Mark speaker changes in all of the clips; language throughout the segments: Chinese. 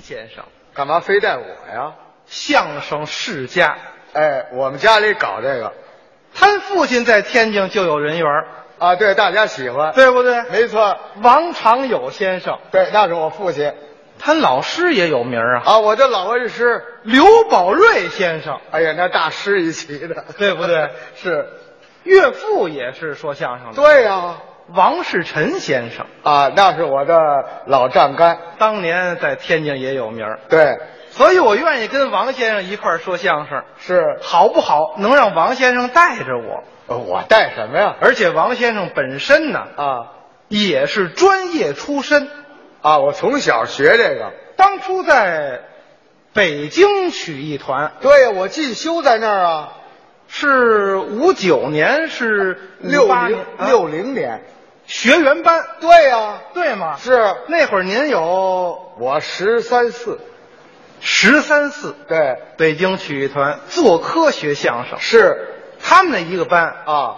Speaker 1: 先生，
Speaker 2: 干嘛非带我呀？
Speaker 1: 相声世家。
Speaker 2: 哎，我们家里搞这个
Speaker 1: 他父亲在天津就有人缘儿，
Speaker 2: 啊，对，大家喜欢，
Speaker 1: 对不对？
Speaker 2: 没错，
Speaker 1: 王长友先生，
Speaker 2: 对，那是我父亲
Speaker 1: 他老师也有名儿啊。
Speaker 2: 啊，我的老恩师，
Speaker 1: 刘宝瑞先生，
Speaker 2: 哎呀，那大师一级的，
Speaker 1: 对不对
Speaker 2: 是，
Speaker 1: 岳父也是说相声的。，
Speaker 2: 对呀、
Speaker 1: 王世臣先生
Speaker 2: 啊，那是我的老丈杆，
Speaker 1: 当年在天津也有名儿，
Speaker 2: 对，
Speaker 1: 所以我愿意跟王先生一块儿说相声，
Speaker 2: 是，
Speaker 1: 好不好？能让王先生带着我，
Speaker 2: 呃我带什么呀？
Speaker 1: 而且王先生本身呢
Speaker 2: 啊
Speaker 1: 也是专业出身，
Speaker 2: 啊，我从小学这个，
Speaker 1: 当初在北京曲艺团
Speaker 2: 对呀，我进修在那儿啊，
Speaker 1: 是五九年，是58
Speaker 2: 六
Speaker 1: 年
Speaker 2: 零啊六零年，
Speaker 1: 学员班，
Speaker 2: 对呀、
Speaker 1: 对吗？
Speaker 2: 是
Speaker 1: 那会儿您有
Speaker 2: 我十三四，
Speaker 1: 十三四，
Speaker 2: 对，
Speaker 1: 北京曲艺团做科学相声，
Speaker 2: 是
Speaker 1: 他们那一个班
Speaker 2: 啊，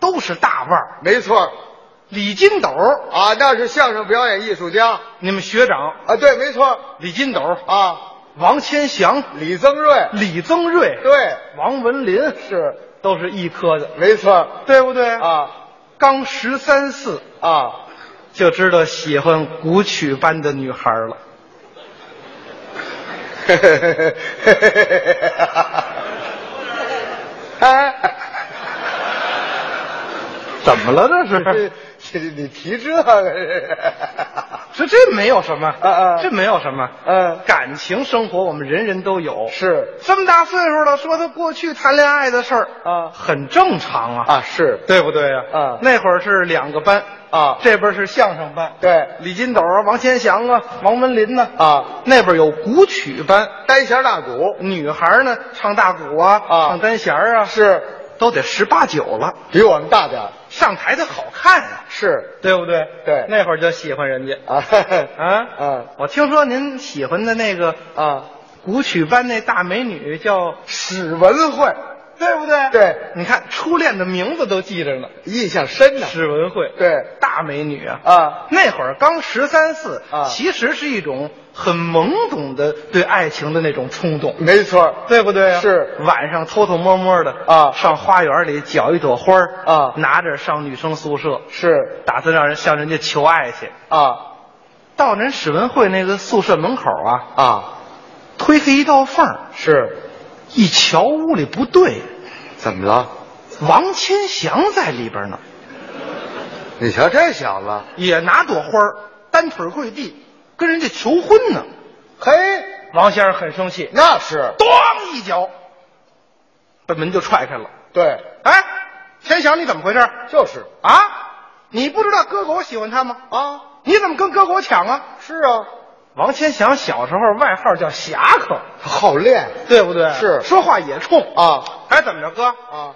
Speaker 1: 都是大腕儿，
Speaker 2: 没错
Speaker 1: 李金斗，
Speaker 2: 啊，那是相声表演艺术家
Speaker 1: 你们学长
Speaker 2: 啊，对，没错
Speaker 1: 李金斗，
Speaker 2: 啊，
Speaker 1: 王千祥、
Speaker 2: 李增瑞，
Speaker 1: 李增瑞、
Speaker 2: 对，
Speaker 1: 王文林
Speaker 2: 是
Speaker 1: 都是一科的，
Speaker 2: 没错
Speaker 1: 对不对？，
Speaker 2: 啊
Speaker 1: 刚十三四
Speaker 2: 啊，
Speaker 1: 就知道喜欢古曲班的女孩了。
Speaker 2: 哎，
Speaker 1: 怎么了？这
Speaker 2: 这这你提这个，
Speaker 1: 是这没有什么，
Speaker 2: 啊啊
Speaker 1: 这没有什么。
Speaker 2: 嗯，
Speaker 1: 感情生活我们人人都有，
Speaker 2: 是
Speaker 1: 这么大岁数了，说他过去谈恋爱的事儿
Speaker 2: 啊
Speaker 1: 很正常啊，
Speaker 2: 啊是
Speaker 1: 对不对呀、
Speaker 2: 啊
Speaker 1: 那会儿是两个班，
Speaker 2: 啊，
Speaker 1: 这边是相声班，
Speaker 2: 对
Speaker 1: 李金斗啊、王千祥啊、王文林呢、
Speaker 2: 啊，
Speaker 1: 那边有古曲班，
Speaker 2: 单弦大鼓
Speaker 1: 女孩呢唱大鼓啊，
Speaker 2: 啊
Speaker 1: 唱单弦儿啊，
Speaker 2: 是
Speaker 1: 都得十八九了，
Speaker 2: 比我们大点儿，
Speaker 1: 上台的好看啊，
Speaker 2: 是
Speaker 1: 对不对？
Speaker 2: 对
Speaker 1: 那会儿就喜欢人家
Speaker 2: 啊
Speaker 1: 啊。
Speaker 2: 嗯
Speaker 1: 我听说您喜欢的那个
Speaker 2: 啊，
Speaker 1: 古曲班那大美女叫，
Speaker 2: 史文慧
Speaker 1: 对不对？
Speaker 2: 对，
Speaker 1: 你看初恋的名字都记着呢，
Speaker 2: 印象深呢，
Speaker 1: 史文慧，
Speaker 2: 对
Speaker 1: 大美女啊。
Speaker 2: 啊
Speaker 1: 那会儿刚十三四
Speaker 2: 啊
Speaker 1: 其实是一种很懵懂的对爱情的那种冲动，
Speaker 2: 没错
Speaker 1: 对不对啊？
Speaker 2: 嗯是
Speaker 1: 晚上偷偷摸摸的
Speaker 2: 啊
Speaker 1: 上花园里搅一朵花儿
Speaker 2: 啊
Speaker 1: 拿着上女生宿舍，
Speaker 2: 是
Speaker 1: 打算让人向人家求爱去。
Speaker 2: 啊
Speaker 1: 到人史文慧那个宿舍门口啊，
Speaker 2: 啊
Speaker 1: 推开一道缝儿，
Speaker 2: 是，
Speaker 1: 一瞧屋里不对，
Speaker 2: 怎么了？
Speaker 1: 王千祥在里边呢，
Speaker 2: 你瞧这小子，
Speaker 1: 也拿朵花儿单腿跪地跟人家求婚呢。
Speaker 2: 嘿，
Speaker 1: 王先生很生气，
Speaker 2: 那是
Speaker 1: 咚一脚，把门就踹开了。
Speaker 2: 对，
Speaker 1: 哎，千祥，你怎么回事
Speaker 2: 就是
Speaker 1: 啊？你不知道哥狗喜欢他吗？
Speaker 2: 啊，
Speaker 1: 你怎么跟哥狗抢啊？
Speaker 2: 是啊，
Speaker 1: 王千祥小时候外号叫侠客，
Speaker 2: 好练
Speaker 1: 对不对？
Speaker 2: 是
Speaker 1: 说话也冲。
Speaker 2: 啊
Speaker 1: 哎，怎么着，哥？
Speaker 2: 啊，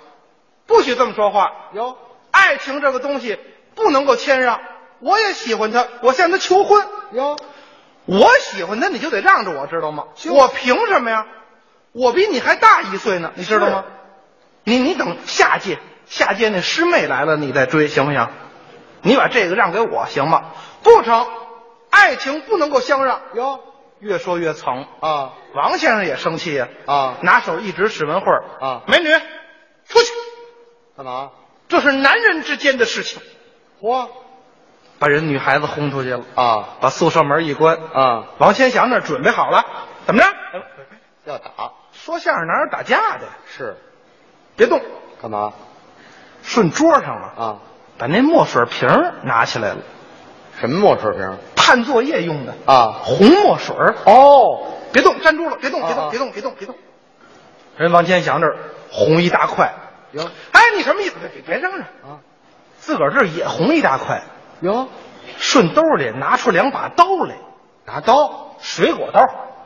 Speaker 1: 不许这么说话。
Speaker 2: 哟，
Speaker 1: 爱情这个东西不能够谦让，我也喜欢他，我向他求婚。
Speaker 2: 哟，
Speaker 1: 我喜欢他，你就得让着我，知道吗？
Speaker 2: 就
Speaker 1: 我凭什么呀？我比你还大一岁呢，你知道吗？你你等下届下届那师妹来了，你再追行不行？你把这个让给我行吗？不成，爱情不能够相让。
Speaker 2: 哟
Speaker 1: 越说越层，
Speaker 2: 啊
Speaker 1: 王先生也生气呀、
Speaker 2: 啊
Speaker 1: 拿手一指史文慧儿
Speaker 2: 啊
Speaker 1: 美女，出去，
Speaker 2: 干嘛？
Speaker 1: 这是男人之间的事情，
Speaker 2: 嚯
Speaker 1: 把人女孩子轰出去了，
Speaker 2: 啊
Speaker 1: 把宿舍门一关，
Speaker 2: 啊，
Speaker 1: 王千祥那儿准备好了，怎么着？
Speaker 2: 要打
Speaker 1: 说相声哪有打架的呀？
Speaker 2: 是
Speaker 1: 别动，
Speaker 2: 干嘛
Speaker 1: 顺桌上了，
Speaker 2: 啊？
Speaker 1: 把那墨水瓶儿拿起来了，
Speaker 2: 什么墨水瓶
Speaker 1: 判作业用的
Speaker 2: 啊？
Speaker 1: 红墨水儿。
Speaker 2: 哦，
Speaker 1: 别动，站住了，别动，别
Speaker 2: 啊啊
Speaker 1: 动，别动，别动，别动。人王千祥这儿红一大块，
Speaker 2: 哟
Speaker 1: 哎，你什么意思？别别别嚷嚷，
Speaker 2: 啊
Speaker 1: 自个儿这儿也红一大块，
Speaker 2: 哟，
Speaker 1: 顺兜里拿出两把刀来，
Speaker 2: 拿刀
Speaker 1: 水果刀，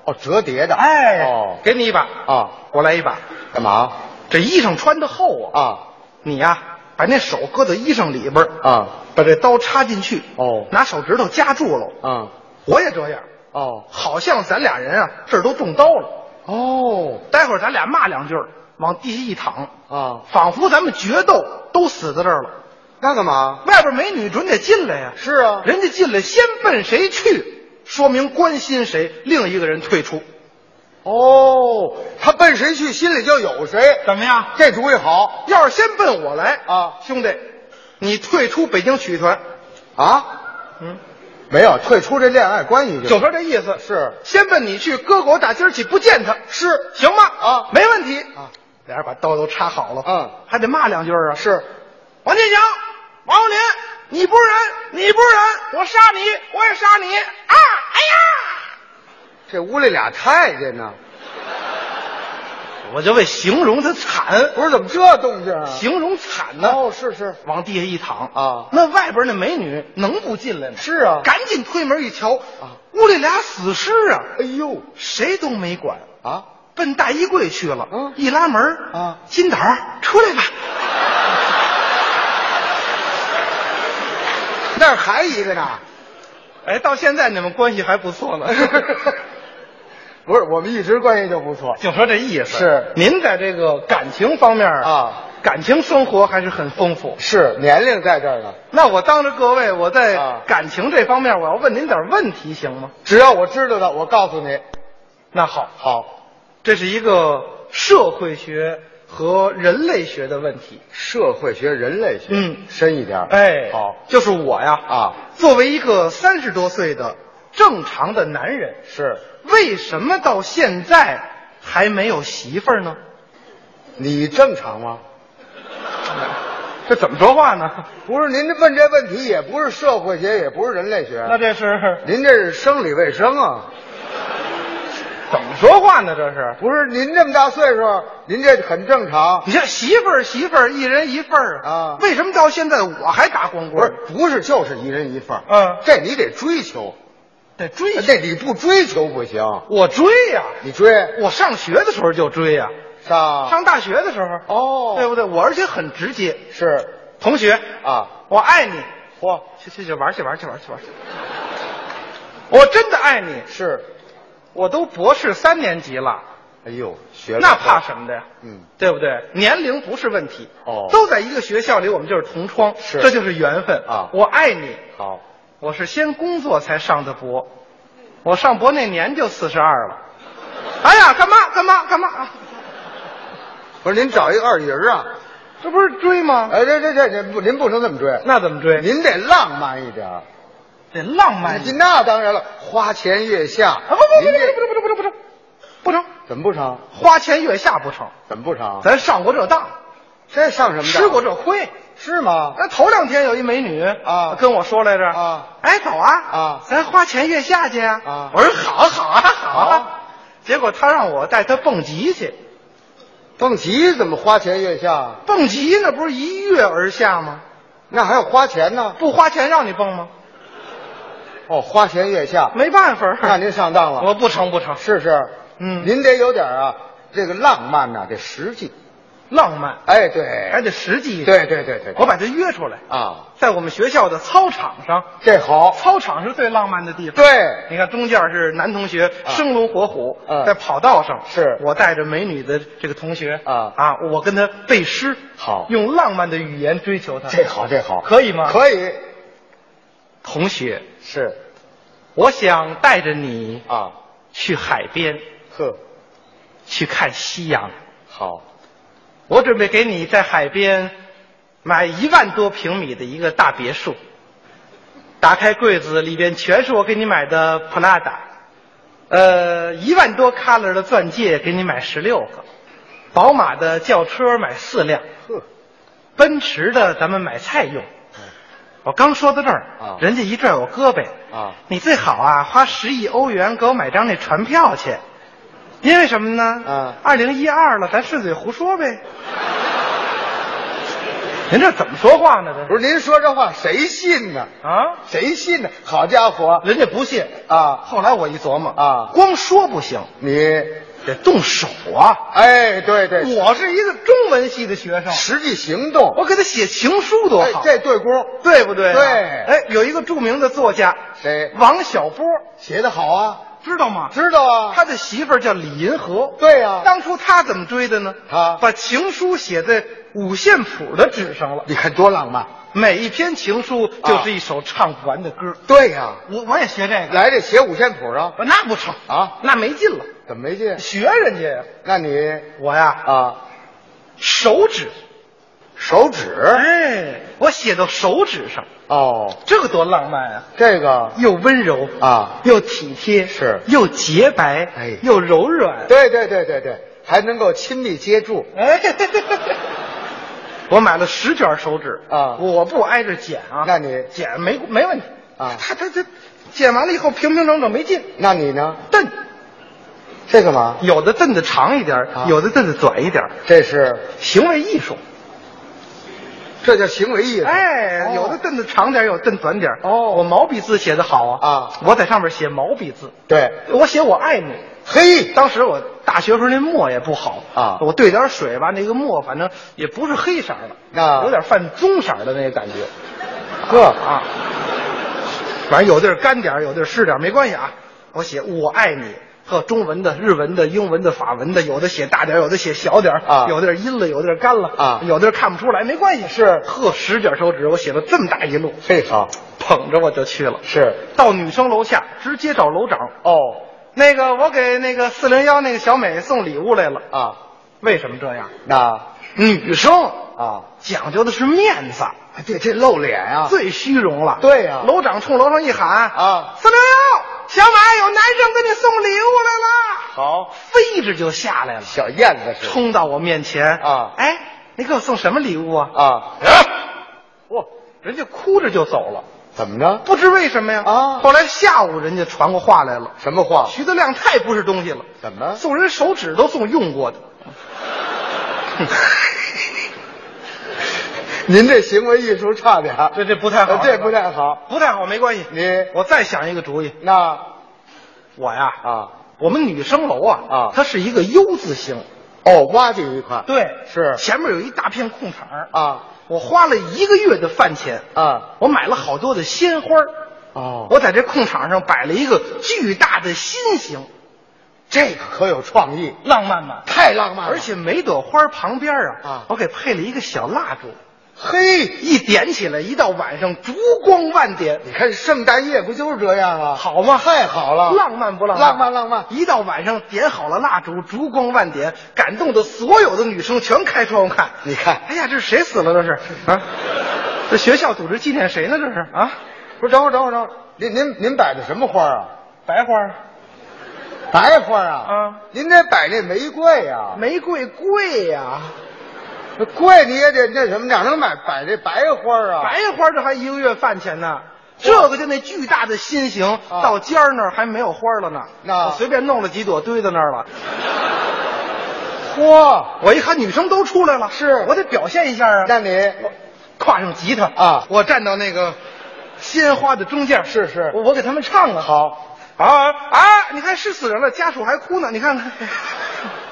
Speaker 2: 哦，折叠的
Speaker 1: 哎，
Speaker 2: 哦
Speaker 1: 给你一把，
Speaker 2: 啊，
Speaker 1: 我来一把。
Speaker 2: 干嘛
Speaker 1: 这衣裳穿的厚啊，
Speaker 2: 啊
Speaker 1: 你呀、把那手搁在衣裳里边儿，
Speaker 2: 啊
Speaker 1: 把这刀插进去，
Speaker 2: 哦
Speaker 1: 拿手指头夹住了。
Speaker 2: 啊
Speaker 1: 我也这样，
Speaker 2: 哦
Speaker 1: 好像咱俩人啊，这儿都中刀了。
Speaker 2: 哦
Speaker 1: 待会儿咱俩骂两句儿，往地下一躺，
Speaker 2: 啊，
Speaker 1: 仿佛咱们决斗都死在这儿了。
Speaker 2: 那干嘛？
Speaker 1: 外边美女准得进来呀、
Speaker 2: 是啊，
Speaker 1: 人家进来先奔谁去，说明关心谁，另一个人退出，
Speaker 2: 哦，他奔谁去，心里就有谁。
Speaker 1: 怎么样？
Speaker 2: 这主意好
Speaker 1: 要是先奔我来
Speaker 2: 啊
Speaker 1: 兄弟，你退出北京曲艺团，
Speaker 2: 啊！
Speaker 1: 嗯，
Speaker 2: 没有退出这恋爱关系
Speaker 1: 就说这意思
Speaker 2: 是
Speaker 1: 先奔你去，哥给我打今儿起不见他，
Speaker 2: 是
Speaker 1: 行吗？
Speaker 2: 啊
Speaker 1: 没问题
Speaker 2: 啊。
Speaker 1: 俩人把刀都插好了，
Speaker 2: 嗯，
Speaker 1: 还得骂两句啊。
Speaker 2: 是，
Speaker 1: 王建强、王小林，你不是人，你不是人，我杀你，我也杀你啊！哎
Speaker 2: 这屋里俩太监呢，
Speaker 1: 呀，我就为形容他惨，
Speaker 2: 不是怎么这动静啊？
Speaker 1: 形容惨呢。
Speaker 2: 哦，是是
Speaker 1: 往地下一躺
Speaker 2: 啊
Speaker 1: 那外边那美女能不进来吗？
Speaker 2: 是啊
Speaker 1: 赶紧推门一瞧
Speaker 2: 啊，
Speaker 1: 屋里俩死尸啊，
Speaker 2: 哎呦
Speaker 1: 谁都没管，
Speaker 2: 啊！
Speaker 1: 奔大衣柜去了。
Speaker 2: 嗯
Speaker 1: 一拉门
Speaker 2: 啊
Speaker 1: 金导儿出来吧。
Speaker 2: 那儿还一个 呢，
Speaker 1: 哎，到现在你们关系还不错 呢
Speaker 2: 不是我们一直关系就不错
Speaker 1: 就说这意思
Speaker 2: 是
Speaker 1: 您在这个感情方面
Speaker 2: 啊，
Speaker 1: 感情生活还是很丰富。
Speaker 2: 是年龄在这儿呢。
Speaker 1: 那我当着各位，我在
Speaker 2: 啊
Speaker 1: 感情这方面，我要问您点问题，行吗？
Speaker 2: 只要我知道的，我告诉你。
Speaker 1: 那好，
Speaker 2: 好，
Speaker 1: 这是一个社会学和人类学的问题。
Speaker 2: 社会学、人类学，
Speaker 1: 嗯
Speaker 2: 深一点儿。
Speaker 1: 哎，
Speaker 2: 好，
Speaker 1: 就是我呀
Speaker 2: 啊，
Speaker 1: 作为一个三十多岁的正常的男人，
Speaker 2: 是
Speaker 1: 为什么到现在还没有媳妇儿呢？
Speaker 2: 你正常吗？
Speaker 1: 这怎么说话呢？
Speaker 2: 不是，您问这问题也不是社会学，也不是人类 学，
Speaker 1: 那这是
Speaker 2: 您这是生理卫生啊。
Speaker 1: 怎么说话呢？这是。
Speaker 2: 不是您这么大岁数，您这很正常。
Speaker 1: 你像媳妇儿媳妇儿一人一份儿
Speaker 2: 啊
Speaker 1: 为什么到现在我还打光
Speaker 2: 不
Speaker 1: 棍
Speaker 2: 是
Speaker 1: 儿？，
Speaker 2: 不是，就是一人一份儿
Speaker 1: 嗯
Speaker 2: 这你得追求，
Speaker 1: 得追
Speaker 2: 这你不追求不行。
Speaker 1: 我追呀、
Speaker 2: 你追
Speaker 1: 我上学的时候就追呀、
Speaker 2: 上
Speaker 1: 上大学的时候，
Speaker 2: 哦
Speaker 1: 对不对？我而且很直接，
Speaker 2: 是
Speaker 1: 同学，
Speaker 2: 啊，
Speaker 1: 我爱你，
Speaker 2: 嚯，
Speaker 1: 去去去玩去玩去玩去玩去，我真的爱你，
Speaker 2: 是，
Speaker 1: 我都博士三年级了，
Speaker 2: 哎呦，学
Speaker 1: 那怕什么的呀？
Speaker 2: 嗯，
Speaker 1: 对不对？年龄不是问题，
Speaker 2: 哦
Speaker 1: 都在一个学校里，我们就是同窗，
Speaker 2: 是
Speaker 1: 这就是缘分
Speaker 2: 啊
Speaker 1: 我爱你，
Speaker 2: 好，
Speaker 1: 我是先工作才上的博，我上博那年就四十二了。哎呀，干嘛干嘛干嘛？啊
Speaker 2: 不是您找一个二人啊？
Speaker 1: 这不是追吗？
Speaker 2: 哎，这这这这不，您不能这么追，
Speaker 1: 那怎么追？
Speaker 2: 您得浪漫一点儿。
Speaker 1: 得浪漫一点。
Speaker 2: 那当然了，花前月下，
Speaker 1: 啊不不
Speaker 2: 您这
Speaker 1: 不不不不不不不成，不成！
Speaker 2: 怎么不成？
Speaker 1: 花前月下不成，
Speaker 2: 怎么不成？
Speaker 1: 咱上过这当，
Speaker 2: 这上什么当
Speaker 1: 吃过这亏。
Speaker 2: 是吗？
Speaker 1: 那头两天有一美女
Speaker 2: 啊
Speaker 1: 跟我说来着
Speaker 2: 啊，
Speaker 1: 哎走啊
Speaker 2: 啊
Speaker 1: 咱花前月下去啊
Speaker 2: 啊
Speaker 1: 我说好啊好啊好啊
Speaker 2: 好，
Speaker 1: 结果她让我带她蹦极去，
Speaker 2: 蹦极怎么花前月下？
Speaker 1: 蹦极那不是一跃而下吗？
Speaker 2: 那还要花钱呢？
Speaker 1: 不花钱让你蹦吗？
Speaker 2: 哦，花前月下，
Speaker 1: 没办法，
Speaker 2: 那您上当了。
Speaker 1: 嗯我不成不成，
Speaker 2: 是是，
Speaker 1: 嗯
Speaker 2: 您得有点啊，这个浪漫呐、得实际。
Speaker 1: 浪漫
Speaker 2: 哎，对，
Speaker 1: 还得实际一点。
Speaker 2: 对对对对，
Speaker 1: 我把她约出来，
Speaker 2: 啊，
Speaker 1: 在我们学校的操场上，
Speaker 2: 这好，
Speaker 1: 操场是最浪漫的地方。
Speaker 2: 对，
Speaker 1: 你看中间是男同学生龙活虎，
Speaker 2: 嗯
Speaker 1: 在跑道上
Speaker 2: 啊是
Speaker 1: 我带着美女的这个同学
Speaker 2: 啊
Speaker 1: 啊，我跟他背诗，
Speaker 2: 好
Speaker 1: 用浪漫的语言追求他。
Speaker 2: 这好这好，
Speaker 1: 嗯可以吗
Speaker 2: 可以，
Speaker 1: 同学，
Speaker 2: 是
Speaker 1: 我想带着你
Speaker 2: 啊，
Speaker 1: 去海边
Speaker 2: 呵，
Speaker 1: 去看夕阳，
Speaker 2: 好，
Speaker 1: 我准备给你在海边买一万多平米的一个大别墅。打开柜子，里边全是我给你买的 Prada，呃，一万多 color 的钻戒给你买十六个，宝马的轿车买四辆，
Speaker 2: 呵，
Speaker 1: 奔驰的咱们买菜用。我刚说到这儿，
Speaker 2: 嗯啊
Speaker 1: 人家一拽我胳膊，
Speaker 2: 啊
Speaker 1: 你最好啊花十亿欧元给我买张那船票去，因为什么呢？
Speaker 2: 啊
Speaker 1: 二零一二了，咱顺嘴胡说呗。您这怎么说话呢？这
Speaker 2: 不是您说这话谁信呢？
Speaker 1: 啊，
Speaker 2: 谁信呢？好家伙
Speaker 1: 人家不信。
Speaker 2: 啊，
Speaker 1: 后来我一琢磨
Speaker 2: 啊
Speaker 1: 光说不行，
Speaker 2: 你，
Speaker 1: 得动手啊。
Speaker 2: 哎，对对，
Speaker 1: 我是一个中文系的学生，
Speaker 2: 实际行动，
Speaker 1: 我给他写情书多嗯好，
Speaker 2: 哎这对工，
Speaker 1: 对不对啊、
Speaker 2: 对
Speaker 1: 哎，有一个著名的作家
Speaker 2: 谁
Speaker 1: 王小波，
Speaker 2: 写的好啊？
Speaker 1: 知道吗？
Speaker 2: 知道啊？
Speaker 1: 他的媳妇儿叫李银河。
Speaker 2: 对啊呀、
Speaker 1: 当初他怎么追的呢？
Speaker 2: 啊
Speaker 1: 把情书写在五线谱的纸上了。
Speaker 2: 你看多浪漫，
Speaker 1: 每一篇情
Speaker 2: 啊
Speaker 1: 书就是一首唱不完的歌。
Speaker 2: 对呀，
Speaker 1: 我我也学这个，
Speaker 2: 来这写五线谱啊？
Speaker 1: 我那不成
Speaker 2: 啊
Speaker 1: 那没劲了，
Speaker 2: 怎么没劲？
Speaker 1: 学人家呀。
Speaker 2: 那你
Speaker 1: 我呀，
Speaker 2: 啊，
Speaker 1: 手指，
Speaker 2: 手指
Speaker 1: 哎，我写到手指上，
Speaker 2: 哦，
Speaker 1: 这个多浪漫啊！
Speaker 2: 这个
Speaker 1: 又温柔，
Speaker 2: 啊，
Speaker 1: 又体贴，
Speaker 2: 是
Speaker 1: 又洁白，
Speaker 2: 哎
Speaker 1: 又柔软。
Speaker 2: 对对对对对，还能够亲密接触，
Speaker 1: 哎， 我买了十卷手指
Speaker 2: 啊
Speaker 1: 我不挨着剪啊，
Speaker 2: 那你
Speaker 1: 剪没没问题
Speaker 2: 啊
Speaker 1: 他他他剪完了以后平平整整没劲，
Speaker 2: 那你呢？
Speaker 1: 蹬
Speaker 2: 这干嘛？
Speaker 1: 有的蹬的长一点儿，
Speaker 2: 啊
Speaker 1: 有的蹬的短一点儿，
Speaker 2: 这是
Speaker 1: 行为艺术。
Speaker 2: 这叫行为艺术。
Speaker 1: 哎，
Speaker 2: 哦
Speaker 1: 有的蹬的长点儿，有的蹬短点儿。
Speaker 2: 哦
Speaker 1: 我毛笔字写的好啊
Speaker 2: 啊，
Speaker 1: 我在上面写毛笔字，
Speaker 2: 对，
Speaker 1: 我写我爱你。
Speaker 2: 嘿，
Speaker 1: 当时我大学时候那墨也不好
Speaker 2: 啊
Speaker 1: 我兑点水吧，那个墨反正也不是黑色儿的，
Speaker 2: 啊
Speaker 1: 有点泛棕色儿的那个感觉
Speaker 2: 呵，
Speaker 1: 啊。反正有地儿干点儿，有地儿湿点儿，没关系啊。我写我爱你。和中文的、日文的、英文的、法文的，有的写大点儿，有的写小点儿
Speaker 2: 啊
Speaker 1: 有的是阴了，有的是干了
Speaker 2: 啊
Speaker 1: 有的是看不出来，没关系。
Speaker 2: 是
Speaker 1: 呵，十卷手指，我写了这么大一摞，
Speaker 2: 嘿好，
Speaker 1: 捧着我就去了。
Speaker 2: 是
Speaker 1: 到女生楼下，直接找楼长，
Speaker 2: 哦
Speaker 1: 那个，我给那个四零幺那个小美送礼物来了。
Speaker 2: 啊，
Speaker 1: 为什么这样？
Speaker 2: 那
Speaker 1: 女生
Speaker 2: 啊，
Speaker 1: 讲究的是面子，
Speaker 2: 对，这露脸啊，
Speaker 1: 最虚荣了。
Speaker 2: 对呀
Speaker 1: 楼长冲楼上一喊
Speaker 2: 啊
Speaker 1: 四零幺，小美有男生给你送礼物来了。
Speaker 2: 好，
Speaker 1: 飞着就下来了，
Speaker 2: 小燕子似的
Speaker 1: 冲到我面前
Speaker 2: 啊
Speaker 1: 哎，你给我送什么礼物啊？哎
Speaker 2: 啊，
Speaker 1: 哇，人家哭着就走了，
Speaker 2: 怎么着？
Speaker 1: 不知为什么呀。
Speaker 2: 啊
Speaker 1: 后来下午人家传过话来了，
Speaker 2: 什么啊话？
Speaker 1: 徐德亮太不是东西了。
Speaker 2: 怎么？
Speaker 1: 送人手指都送用过的，
Speaker 2: 您这行为艺术差点儿，呃
Speaker 1: 这这不太好，
Speaker 2: 这不太好。
Speaker 1: 呃不太好，没关系。
Speaker 2: 你
Speaker 1: 我再想一个主意，
Speaker 2: 那
Speaker 1: 我呀，
Speaker 2: 啊，
Speaker 1: 我们女生楼啊
Speaker 2: 啊
Speaker 1: 它是一个 U 字形，
Speaker 2: 哦，挖掘一块，
Speaker 1: 对
Speaker 2: 是
Speaker 1: 前面有一大片空场儿。
Speaker 2: 啊
Speaker 1: 我花了一个月的饭钱，
Speaker 2: 啊
Speaker 1: 我买了好多的鲜花儿
Speaker 2: 哦
Speaker 1: 我在这空场上摆了一个巨大的心形，
Speaker 2: 这个可有创意，
Speaker 1: 浪漫吧？
Speaker 2: 太浪漫了。
Speaker 1: 而且每朵花儿旁边啊，
Speaker 2: 啊
Speaker 1: 我给配了一个小蜡烛，
Speaker 2: 嘿，
Speaker 1: 一点起来，一到晚上烛光万点，
Speaker 2: 你看圣诞夜不就是这样啊？
Speaker 1: 好吗？
Speaker 2: 太好了
Speaker 1: 浪漫不浪漫？
Speaker 2: 浪漫浪漫
Speaker 1: 一到晚上点好了蜡烛，烛光万点，感动的所有的女生全开窗户看。
Speaker 2: 你看
Speaker 1: 哎呀，这是谁死了？这是啊？这学校组织纪念谁呢？这是啊？
Speaker 2: 不是，等会儿等会儿等会儿，您您您摆的什么花啊？
Speaker 1: 白花、
Speaker 2: 白花啊？
Speaker 1: 啊，
Speaker 2: 您得摆那玫瑰啊，
Speaker 1: 玫瑰贵呀、
Speaker 2: 那贵你也得那什么，哪能买摆这白花啊？
Speaker 1: 白花这还一个月饭钱呢。这个就那巨大的心形，
Speaker 2: 啊
Speaker 1: 到尖儿那儿还没有花了呢。
Speaker 2: 那
Speaker 1: 我随便弄了几朵堆在那儿了。
Speaker 2: 花，
Speaker 1: 我一看女生都出来了，
Speaker 2: 是
Speaker 1: 我得表现一下啊。
Speaker 2: 那你
Speaker 1: 挎上吉他
Speaker 2: 啊
Speaker 1: 我站到那个鲜花的中间，
Speaker 2: 是是
Speaker 1: 我我给他们唱啊，
Speaker 2: 好，
Speaker 1: 啊啊！你看是死人了，家属还哭呢，你看看，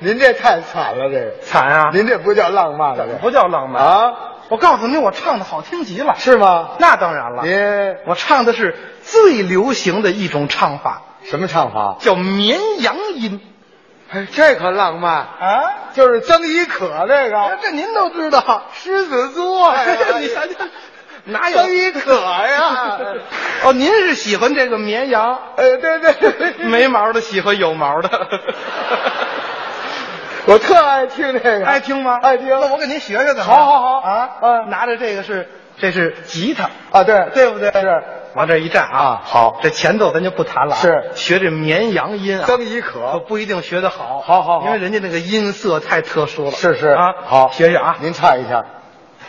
Speaker 2: 您这太惨了，这个。
Speaker 1: 惨啊！
Speaker 2: 您这不叫浪漫
Speaker 1: 怎
Speaker 2: 了，
Speaker 1: 么不叫浪漫？
Speaker 2: 啊？
Speaker 1: 我告诉你，我唱的好听极了，
Speaker 2: 是吗？
Speaker 1: 那当然了，
Speaker 2: 您
Speaker 1: 我唱的是最流行的一种唱法，
Speaker 2: 什么唱法？
Speaker 1: 叫绵羊音
Speaker 2: 哎，这可浪漫，
Speaker 1: 啊。
Speaker 2: 就是曾轶可这个
Speaker 1: 这您都知道，，
Speaker 2: 狮子座呀
Speaker 1: 你瞧瞧，哪有
Speaker 2: 曾轶可 呀？
Speaker 1: 哦，您是喜欢这个绵羊？
Speaker 2: 呃，对 对，
Speaker 1: 没毛的喜欢有毛 的，
Speaker 2: 我特爱听这个，
Speaker 1: 爱听吗？
Speaker 2: 爱听。
Speaker 1: 那我给您学学怎么样？
Speaker 2: 好好好
Speaker 1: 啊，
Speaker 2: 嗯
Speaker 1: 拿着这个是这是吉他，
Speaker 2: 啊，对
Speaker 1: 对不对？
Speaker 2: 是
Speaker 1: 往这一站啊
Speaker 2: 啊，好
Speaker 1: 这前奏咱就不谈了啊，
Speaker 2: 是
Speaker 1: 学这绵羊音啊。
Speaker 2: 曾轶
Speaker 1: 可
Speaker 2: 可，
Speaker 1: 不一定学得好，
Speaker 2: 好好好
Speaker 1: 因为人家那个音色太特殊了。
Speaker 2: 是是
Speaker 1: 啊，
Speaker 2: 好，
Speaker 1: 学学啊。
Speaker 2: 您唱一下。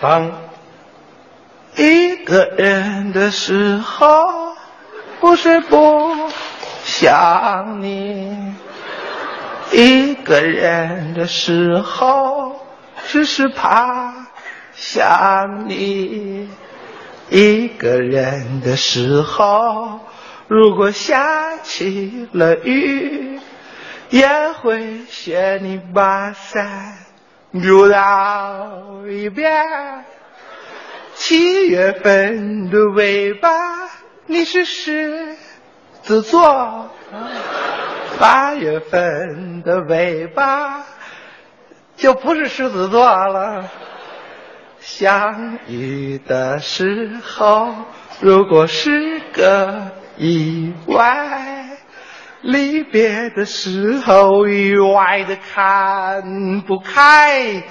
Speaker 1: 当一个人的时候，不是不想你；一个人的时候，只是怕想你；一个人的时候，如果下起了雨，也会学你把伞丢到一边。七月份的尾巴，你是狮子座；八月份的尾巴就不是狮子座了。相遇的时候，如果是个意外，离别的时候意外的看不开，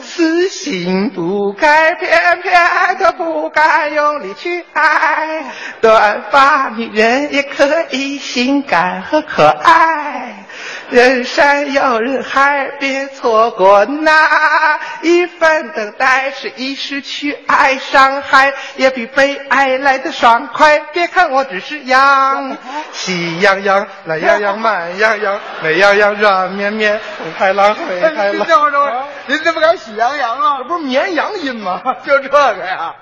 Speaker 1: 死性不改，偏偏的不敢用力去爱。短发女人也可以性感和可爱。哎人山又人海，别错过那一份等待，是一失去爱，伤害也比被爱来的爽快。别看我只是羊，喜羊羊、懒羊羊、慢羊羊，美羊羊、软绵绵，红太狼、灰
Speaker 2: 哎
Speaker 1: 太
Speaker 2: 您
Speaker 1: 狼。
Speaker 2: 等会儿，等会儿，您怎么敢喜羊羊啊？
Speaker 1: 不是绵羊音吗？
Speaker 2: 就这个呀？